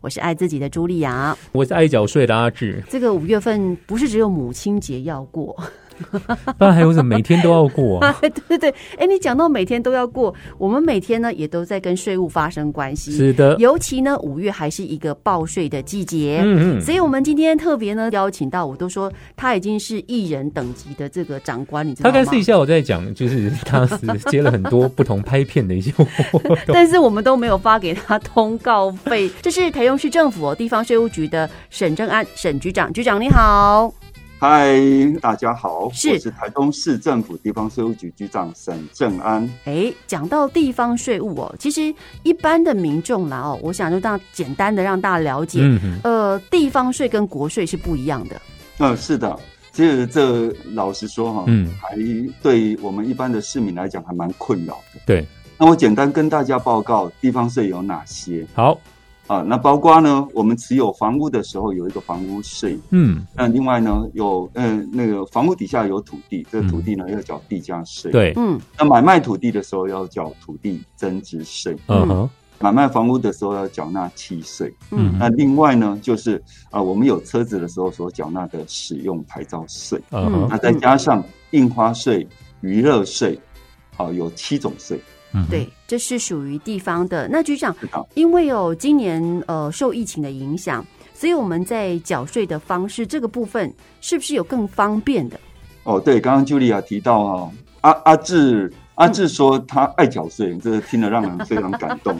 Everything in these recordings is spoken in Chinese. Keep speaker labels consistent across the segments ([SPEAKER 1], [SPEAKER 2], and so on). [SPEAKER 1] 我是爱自己的茱莉亚。
[SPEAKER 2] 我是爱缴税的阿志，
[SPEAKER 1] 这个五月份不是只有母亲节要过，
[SPEAKER 2] 不然还有什么每天都要过、 啊？
[SPEAKER 1] 对对对。哎，你讲到每天都要过，我们每天呢也都在跟税务发生关系。
[SPEAKER 2] 是的，
[SPEAKER 1] 尤其呢，五月还是一个报税的季节，
[SPEAKER 2] 嗯嗯，
[SPEAKER 1] 所以我们今天特别呢邀请到，我都说他已经是艺人等级的这个长官，你知道
[SPEAKER 2] 他
[SPEAKER 1] 吗
[SPEAKER 2] 刚？私底下我在讲，就是他是接了很多不同拍片的一些活动，
[SPEAKER 1] 但是我们都没有发给他通告费。这是台中市政府、哦、地方税务局的沈正安沈局长，局长你好。
[SPEAKER 3] 嗨，大家好，
[SPEAKER 1] 是
[SPEAKER 3] 我是台东市政府地方税务局局长沈正安。
[SPEAKER 1] 哎，讲到地方税务哦，其实一般的民众啦哦，我想就大简单的让大家了解，
[SPEAKER 2] 嗯哼，
[SPEAKER 1] 呃，地方税跟国税是不一样的。
[SPEAKER 3] 嗯、是的，其实这老实说哈、
[SPEAKER 2] 嗯
[SPEAKER 3] 还对我们一般的市民来讲还蛮困扰的。
[SPEAKER 2] 对，
[SPEAKER 3] 那我简单跟大家报告地方税有哪些
[SPEAKER 2] 好，
[SPEAKER 3] 啊？那包括呢，我们持有房屋的时候有一个房屋税，
[SPEAKER 2] 嗯，
[SPEAKER 3] 那另外呢有嗯、那个房屋底下有土地，这个土地呢要缴地价税。，
[SPEAKER 2] 对，
[SPEAKER 1] 嗯，
[SPEAKER 3] 那买卖土地的时候要缴土地增值税，
[SPEAKER 2] 嗯哼，
[SPEAKER 3] 买卖房屋的时候要缴纳契税。
[SPEAKER 1] 嗯
[SPEAKER 3] 那另外呢，就是啊、呃我们有车子的时候所缴纳的使用牌照税，
[SPEAKER 2] 嗯
[SPEAKER 1] 嗯
[SPEAKER 3] 那
[SPEAKER 2] 哼，
[SPEAKER 3] 再加上印花税、娱乐税，好、有七种税。
[SPEAKER 2] 嗯，
[SPEAKER 1] 对，这是属于地方的。那局长
[SPEAKER 3] 是的，
[SPEAKER 1] 因为有、今年呃受疫情的影响，所以我们在缴税的方式这个部分是不是有更方便的？
[SPEAKER 3] 哦，对，刚刚茱莉亚提到哦，阿阿志阿志说他爱缴税，这个听了让人非常感 动。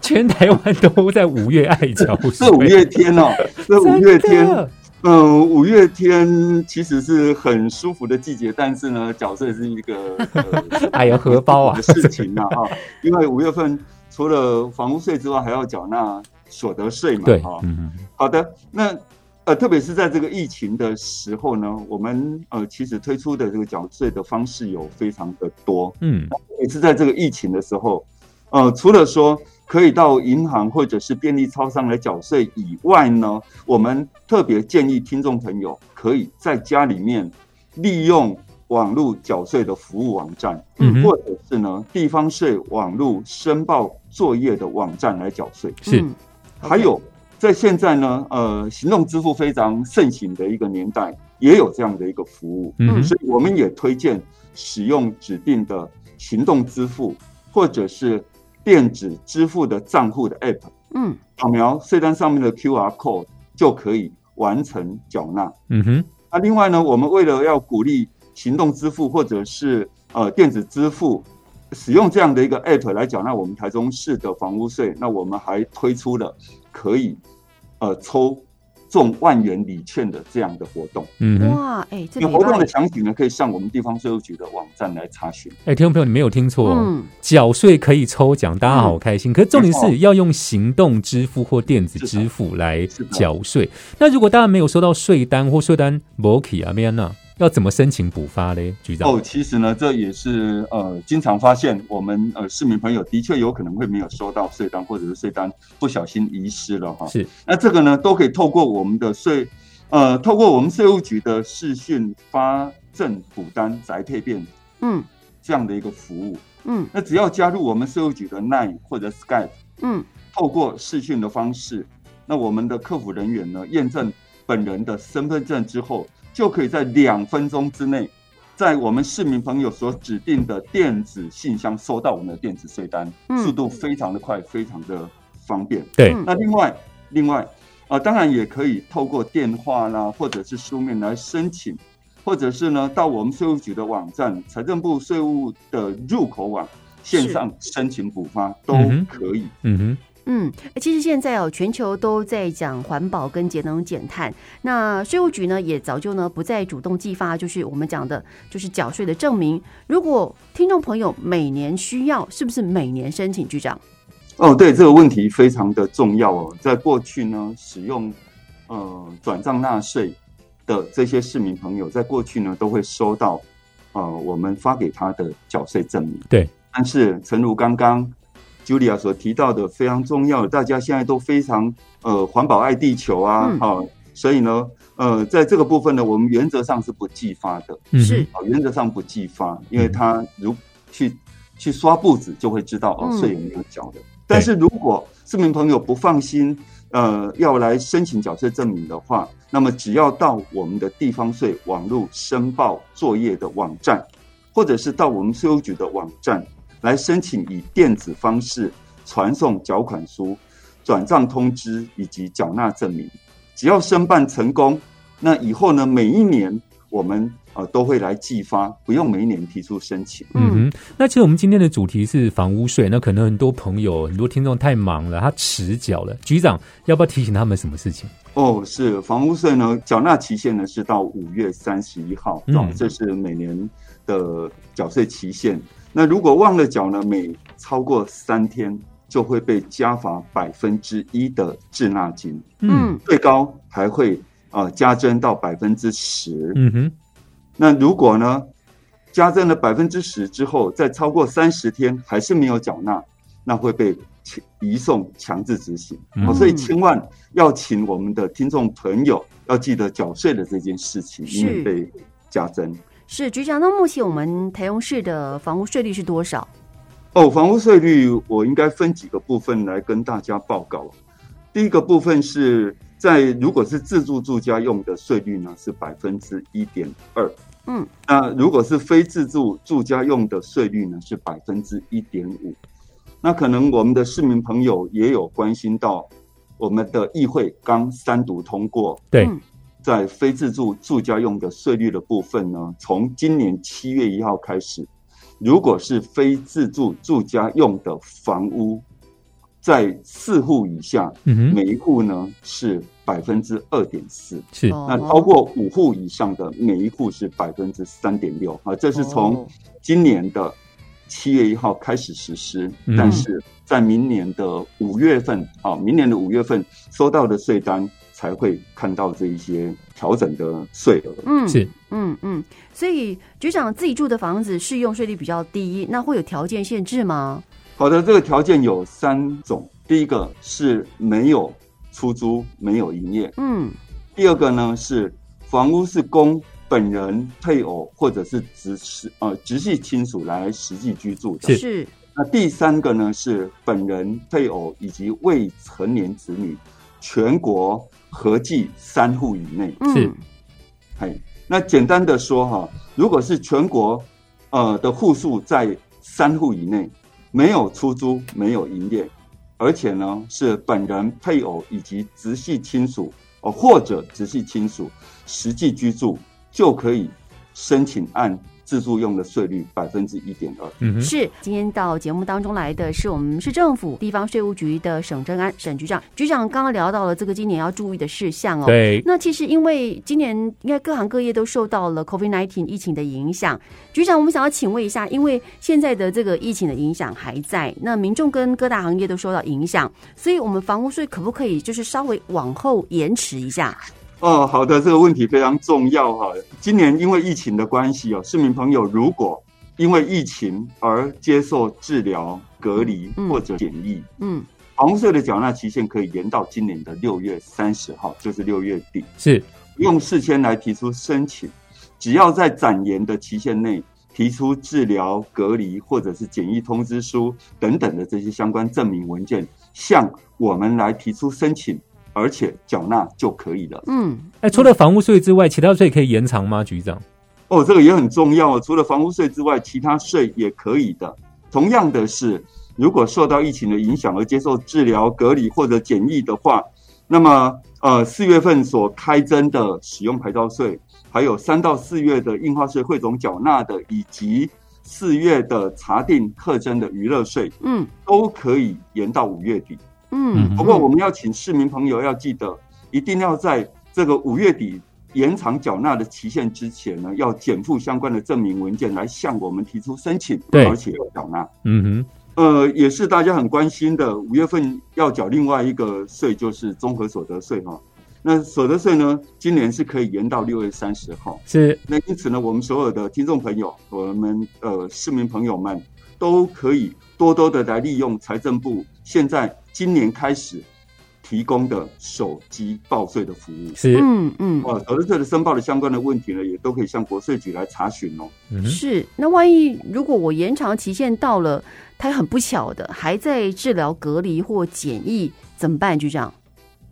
[SPEAKER 2] 全台湾都在五月爱缴税
[SPEAKER 3] 这，五月天哦，这五月天
[SPEAKER 2] 真，的
[SPEAKER 3] 嗯，五月天其实是很舒服的季节，但是呢，缴税是一个、呃、
[SPEAKER 2] 哎呀，荷包啊
[SPEAKER 3] 的，事情啊，哈，因为五月份除了房屋税之外，还要缴纳所得税嘛，
[SPEAKER 2] 对
[SPEAKER 3] 哈，
[SPEAKER 2] 嗯
[SPEAKER 3] 好的，那呃，特别是在这个疫情的时候呢，我们呃其实推出的这个缴税的方式有非常的多，
[SPEAKER 2] 嗯
[SPEAKER 3] 也是在这个疫情的时候，呃，除了说可以到银行或者是便利超商来缴税以外呢，我们特别建议听众朋友可以在家里面利用网络缴税的服务网站，
[SPEAKER 2] 嗯哼，
[SPEAKER 3] 或者是呢地方税网络申报作业的网站来缴税。
[SPEAKER 2] 是
[SPEAKER 1] 嗯
[SPEAKER 3] 还有在现在呢，呃，行动支付非常盛行的一个年代，也有这样的一个服务，
[SPEAKER 2] 嗯哼，
[SPEAKER 3] 所以我们也推荐使用指定的行动支付或者是电子支付的账户的 App，
[SPEAKER 1] 嗯，
[SPEAKER 3] 扫描税单上面的 QR code 就可以完成缴纳。
[SPEAKER 2] 嗯哼，
[SPEAKER 3] 那另外呢，我们为了要鼓励行动支付或者是呃电子支付使用这样的一个 app 来缴纳我们台中市的房屋税，那我们还推出了可以呃抽中万元礼券的这样的活动。
[SPEAKER 2] 嗯哼，
[SPEAKER 1] 哇，哎、这
[SPEAKER 3] 那
[SPEAKER 1] 礼
[SPEAKER 3] 活动
[SPEAKER 1] 拜
[SPEAKER 3] 的详情呢，可以上我们地方税务局的网站来查询。
[SPEAKER 2] 哎，听众朋友，你没有听错哦。
[SPEAKER 1] 嗯，
[SPEAKER 2] 缴税可以抽奖，大家好开心。可是重点是要用行动支付或电子支付来缴税。那如果大家没有收到税单或税单 m o k 啊，没安娜，要怎么申请补发嘞？局长，
[SPEAKER 3] 哦，其实呢，这也是呃，经常发现我们呃市民朋友的确有可能会没有收到税单，或者是税单不小心遗失了哈。
[SPEAKER 2] 是，
[SPEAKER 3] 那这个呢，都可以透过我们的税，呃，透过我们税务局的视讯发证补单宅配变
[SPEAKER 1] 嗯
[SPEAKER 3] 这样的一个服务。
[SPEAKER 1] 嗯
[SPEAKER 3] 那只要加入我们税务局的 Line 或者 Skype，
[SPEAKER 1] 嗯，
[SPEAKER 3] 透过视讯的方式，那我们的客服人员呢验证本人的身份证之后，就可以在两分钟之内，在我们市民朋友所指定的电子信箱收到我们的电子税单，
[SPEAKER 1] 嗯
[SPEAKER 3] 速度非常的快，非常的方便。
[SPEAKER 2] 对，
[SPEAKER 1] 嗯
[SPEAKER 3] 那另外，另外，呃，当然也可以透过电话啦，或者是书面来申请，或者是呢，到我们税务局的网站、财政部税务的入口网线
[SPEAKER 1] 是
[SPEAKER 3] 上申请补发都
[SPEAKER 2] 嗯哼
[SPEAKER 3] 可以。
[SPEAKER 2] 嗯哼，
[SPEAKER 1] 嗯，其实现在哦，全球都在讲环保跟节能减碳。那税务局呢，也早就呢不再主动寄发，就是我们讲的，就是缴税的证明。如果听众朋友每年需要，是不是每年申请？局长，
[SPEAKER 3] 哦，对这个问题非常的重要哦。在过去呢，使用呃转账纳税的这些市民朋友，在过去呢都会收到呃我们发给他的缴税证明。
[SPEAKER 2] 对，
[SPEAKER 3] 但是诚如刚刚 Julia 所提到的，非常重要的，大家现在都非常呃环保爱地球啊
[SPEAKER 1] 嗯，
[SPEAKER 3] 好、所以呢，呃，在这个部分呢，我们原则上是不寄发的。
[SPEAKER 2] 嗯哼
[SPEAKER 1] 是，
[SPEAKER 3] 哦，原则上不寄发，因为他如去去刷步子就会知道哦
[SPEAKER 1] 嗯，
[SPEAKER 3] 税有没有缴的。但是如果市民朋友不放心，呃，要来申请缴税证明的话，那么只要到我们的地方税网络申报作业的网站，或者是到我们税务局的网站来申请，以电子方式传送缴款书、转账通知以及缴纳证明。只要申办成功，那以后呢，每一年我们。啊、呃，都会来寄发，不用每一年提出申请。
[SPEAKER 2] 嗯哼，那其实我们今天的主题是房屋税，那可能很多朋友、很多听众太忙了，他迟缴了。局长要不要提醒他们什么事情？
[SPEAKER 3] 哦，是房屋税呢，缴纳期限呢是到五月三十一号，嗯、哦，这是每年的缴税期限。那如果忘了缴呢，每超过三天就会被加罚百分之一的滞纳金，嗯，最高还会啊、呃、加征到百分之十。
[SPEAKER 2] 嗯哼。
[SPEAKER 3] 那如果呢，加征了百分之十之后，再超过三十天还是没有缴纳，那会被移送强制执行。嗯、哦，所以千万要请我们的听众朋友要记得缴税的这件事情，以免被加征。
[SPEAKER 1] 是局长，那目前我们台中市的房屋税率是多少？
[SPEAKER 3] 哦，房屋税率我应该分几个部分来跟大家报告。第一个部分是在如果是自住住家用的税率呢是百分之一点二。
[SPEAKER 1] 嗯，
[SPEAKER 3] 那如果是非自住住家用的税率呢，是百分之一点五。那可能我们的市民朋友也有关心到，我们的议会刚三读通过，
[SPEAKER 2] 对，
[SPEAKER 1] 嗯
[SPEAKER 3] 在非自住住家用的税率的部分呢，从今年七月一号开始，如果是非自住住家用的房屋，在四户以下，
[SPEAKER 2] 嗯、
[SPEAKER 3] 每一户呢是。百分之二点四
[SPEAKER 2] 是，
[SPEAKER 1] 哦
[SPEAKER 3] 那超过五户以上的每一户是百分之三点六啊，这是从今年的七月一号开始实施，
[SPEAKER 2] 嗯、
[SPEAKER 3] 但是在明年的五月份啊，明年的五月份收到的税单才会看到这一些调整的税额。
[SPEAKER 1] 嗯，
[SPEAKER 2] 是，
[SPEAKER 1] 嗯嗯，所以局长自己住的房子适用税率比较低，那会有条件限制吗？
[SPEAKER 3] 好的，这个条件有三种，第一个是没有。出租没有营业，
[SPEAKER 1] 嗯。
[SPEAKER 3] 第二个呢是房屋是供本人、配偶或者是直系呃直系亲属来实际居住的。
[SPEAKER 1] 是。
[SPEAKER 3] 那第三个呢是本人、配偶以及未成年子女，全国合计三户以内。
[SPEAKER 1] 嗯
[SPEAKER 2] 是。
[SPEAKER 3] 哎，那简单的说哈，如果是全国呃的户数在三户以内，没有出租，没有营业。而且呢，是本人、配偶以及直系亲属，呃，或者直系亲属实际居住，就可以申请按自住用的税率百分之一点二。
[SPEAKER 2] 嗯哼，
[SPEAKER 1] 是。今天到节目当中来的是我们市政府地方税务局的沈正安沈局长。局长刚刚聊到了这个今年要注意的事项哦。
[SPEAKER 2] 对。
[SPEAKER 1] 那其实因为今年应该各行各业都受到了 COVID-19 疫情的影响，局长，我们想要请问一下，因为现在的这个疫情的影响还在，那民众跟各大行业都受到影响，所以我们房屋税可不可以就是稍微往后延迟一下？
[SPEAKER 3] 哦，好的，这个问题非常重要哈、啊。今年因为疫情的关系哦，市民朋友如果因为疫情而接受治疗、隔离或者检疫，
[SPEAKER 1] 嗯，
[SPEAKER 3] 房屋税的缴纳期限可以延到今年的六月三十号，就是六月底，
[SPEAKER 2] 是
[SPEAKER 3] 用事先来提出申请，只要在展延的期限内提出治疗、隔离或者是检疫通知书等等的这些相关证明文件，向我们来提出申请。而且缴纳就可以了。
[SPEAKER 1] 嗯，
[SPEAKER 2] 哎、欸，除了房屋税之外，其他税可以延长吗，局长？
[SPEAKER 3] 哦，这个也很重要。除了房屋税之外，其他税也可以的。同样的是，如果受到疫情的影响而接受治疗、隔离或者检疫的话，那么呃，四月份所开征的使用牌照税，还有三到四月的印花税汇总缴纳的，以及四月的查定课征的娱乐税，
[SPEAKER 1] 嗯，
[SPEAKER 3] 都可以延到五月底。
[SPEAKER 1] 嗯，
[SPEAKER 3] 不过我们要请市民朋友要记得，一定要在这个五月底延长缴纳的期限之前呢，要减负相关的证明文件来向我们提出申请，
[SPEAKER 2] 对，
[SPEAKER 3] 而且要缴纳。
[SPEAKER 2] 嗯
[SPEAKER 3] 哼，呃，也是大家很关心的，五月份要缴另外一个税，就是综合所得税哈、哦。那所得税呢，今年是可以延到六月三十号。
[SPEAKER 2] 是，
[SPEAKER 3] 那因此呢，我们所有的听众朋友，我们呃市民朋友们都可以多多的来利用财政部现在。今年开始提供的手机报税的服务
[SPEAKER 2] 是，
[SPEAKER 1] 嗯嗯，
[SPEAKER 3] 哦，所得税的申报的相关的问题呢，也都可以向国税局来查询哦。
[SPEAKER 2] 嗯哼
[SPEAKER 1] 是。那万一如果我延长期限到了，他很不巧的还在治疗隔离或检疫，怎么办？局长？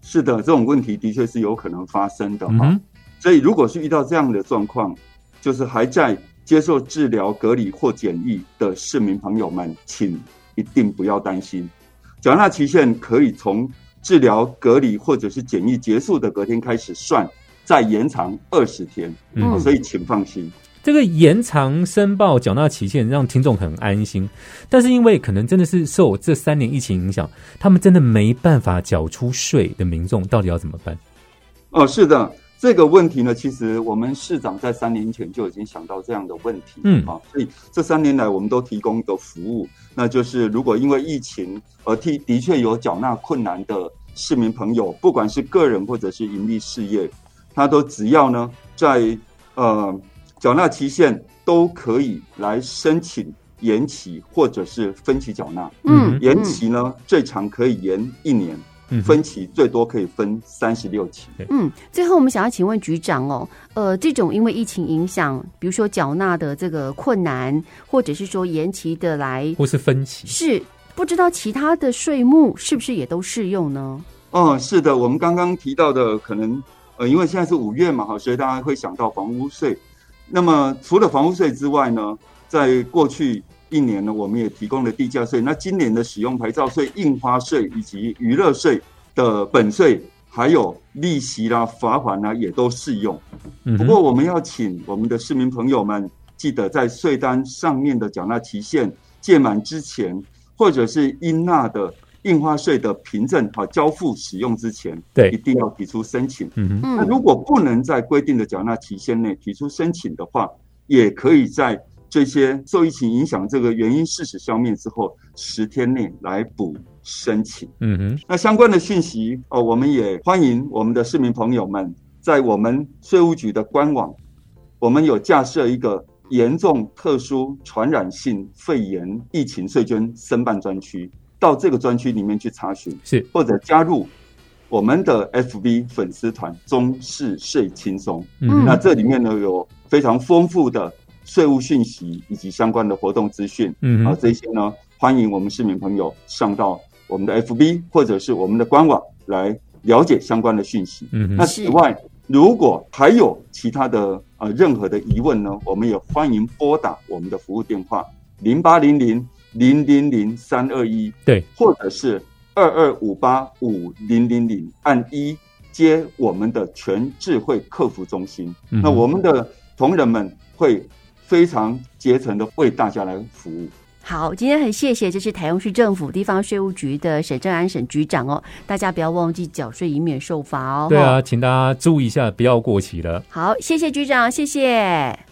[SPEAKER 3] 是的，这种问题的确是有可能发生的
[SPEAKER 1] 哦
[SPEAKER 3] 哈、
[SPEAKER 2] 嗯
[SPEAKER 3] 所以如果是遇到这样的状况，就是还在接受治疗、隔离或检疫的市民朋友们，请一定不要担心，缴纳期限可以从治疗、隔离或者是检疫结束的隔天开始算，再延长二十天，
[SPEAKER 1] 嗯
[SPEAKER 2] 嗯，
[SPEAKER 3] 所以请放心。
[SPEAKER 2] 这个延长申报缴纳期限让听众很安心，但是因为可能真的是受这三年疫情影响，他们真的没办法缴出税的民众到底要怎么办？
[SPEAKER 3] 哦，是的，这个问题呢，其实我们市长在三年前就已经想到这样的问题，
[SPEAKER 2] 嗯
[SPEAKER 3] 啊，所以这三年来我们都提供一个服务，那就是如果因为疫情而替的确有缴纳困难的市民朋友，不管是个人或者是盈利事业，他都只要呢在呃缴纳期限都可以来申请延期或者是分期缴纳，
[SPEAKER 1] 嗯，
[SPEAKER 3] 延期呢最长可以延一年，
[SPEAKER 2] 嗯哼，
[SPEAKER 3] 分期最多可以分三十六期。
[SPEAKER 1] 嗯，最后我们想要请问局长哦，呃，这种因为疫情影响，比如说缴纳的这个困难，或者是说延期的来，
[SPEAKER 2] 或是分期，
[SPEAKER 1] 是不知道其他的税目是不是也都适用呢？
[SPEAKER 3] 哦，是的，我们刚刚提到的，可能呃，因为现在是五月嘛，哈，所以大家会想到房屋税。那么除了房屋税之外呢，在过去一年呢，我们也提供了地价税。那今年的使用牌照税、印花税以及娱乐税的本税，还有利息啦、罚款啦，也都适用。
[SPEAKER 2] 嗯
[SPEAKER 3] 不
[SPEAKER 2] 哼，
[SPEAKER 3] 过我们要请我们的市民朋友们记得在税单上面的缴纳期限届满之前，或者是应纳的印花税的凭证好交付使用之前，
[SPEAKER 2] 对
[SPEAKER 3] 一定要提出申请。
[SPEAKER 2] 嗯哼，
[SPEAKER 3] 那
[SPEAKER 1] 嗯
[SPEAKER 3] 如果不能在规定的缴纳期限内提出申请的话，也可以在这些受疫情影响这个原因事实消灭之后十天内来补申请。
[SPEAKER 2] 嗯哼，
[SPEAKER 3] 那相关的讯息哦，我们也欢迎我们的市民朋友们在我们税务局的官网，我们有架设一个严重特殊传染性肺炎疫情税捐申办专区，到这个专区里面去查询，
[SPEAKER 2] 是
[SPEAKER 3] 或者加入我们的 FB 粉丝团“中式税轻松”。
[SPEAKER 2] 嗯
[SPEAKER 3] 那
[SPEAKER 2] 哼，
[SPEAKER 3] 这里面呢有非常丰富的税务讯息以及相关的活动资讯。
[SPEAKER 2] 嗯
[SPEAKER 3] 啊
[SPEAKER 2] 哼，，
[SPEAKER 3] 这些呢，欢迎我们市民朋友上到我们的 FB 或者是我们的官网来了解相关的讯息。
[SPEAKER 2] 嗯
[SPEAKER 3] 那
[SPEAKER 2] 哼，
[SPEAKER 1] 是
[SPEAKER 3] 此外，如果还有其他的呃任何的疑问呢，我们也欢迎拨打我们的服务电话零八零零零零零三二一，
[SPEAKER 2] 对，
[SPEAKER 3] 或者是二二五八五零零零按一接我们的全智慧客服中心。
[SPEAKER 2] 嗯哼
[SPEAKER 3] 那我们的同仁们会非常竭诚的为大家来服务。
[SPEAKER 1] 好，今天很谢谢，这是台中市政府地方税务局的沈正安沈局长哦，大家不要忘记缴税，以免受罚哦。
[SPEAKER 2] 啊对啊，请大家注意一下，不要过期了。
[SPEAKER 1] 好，谢谢局长，谢谢。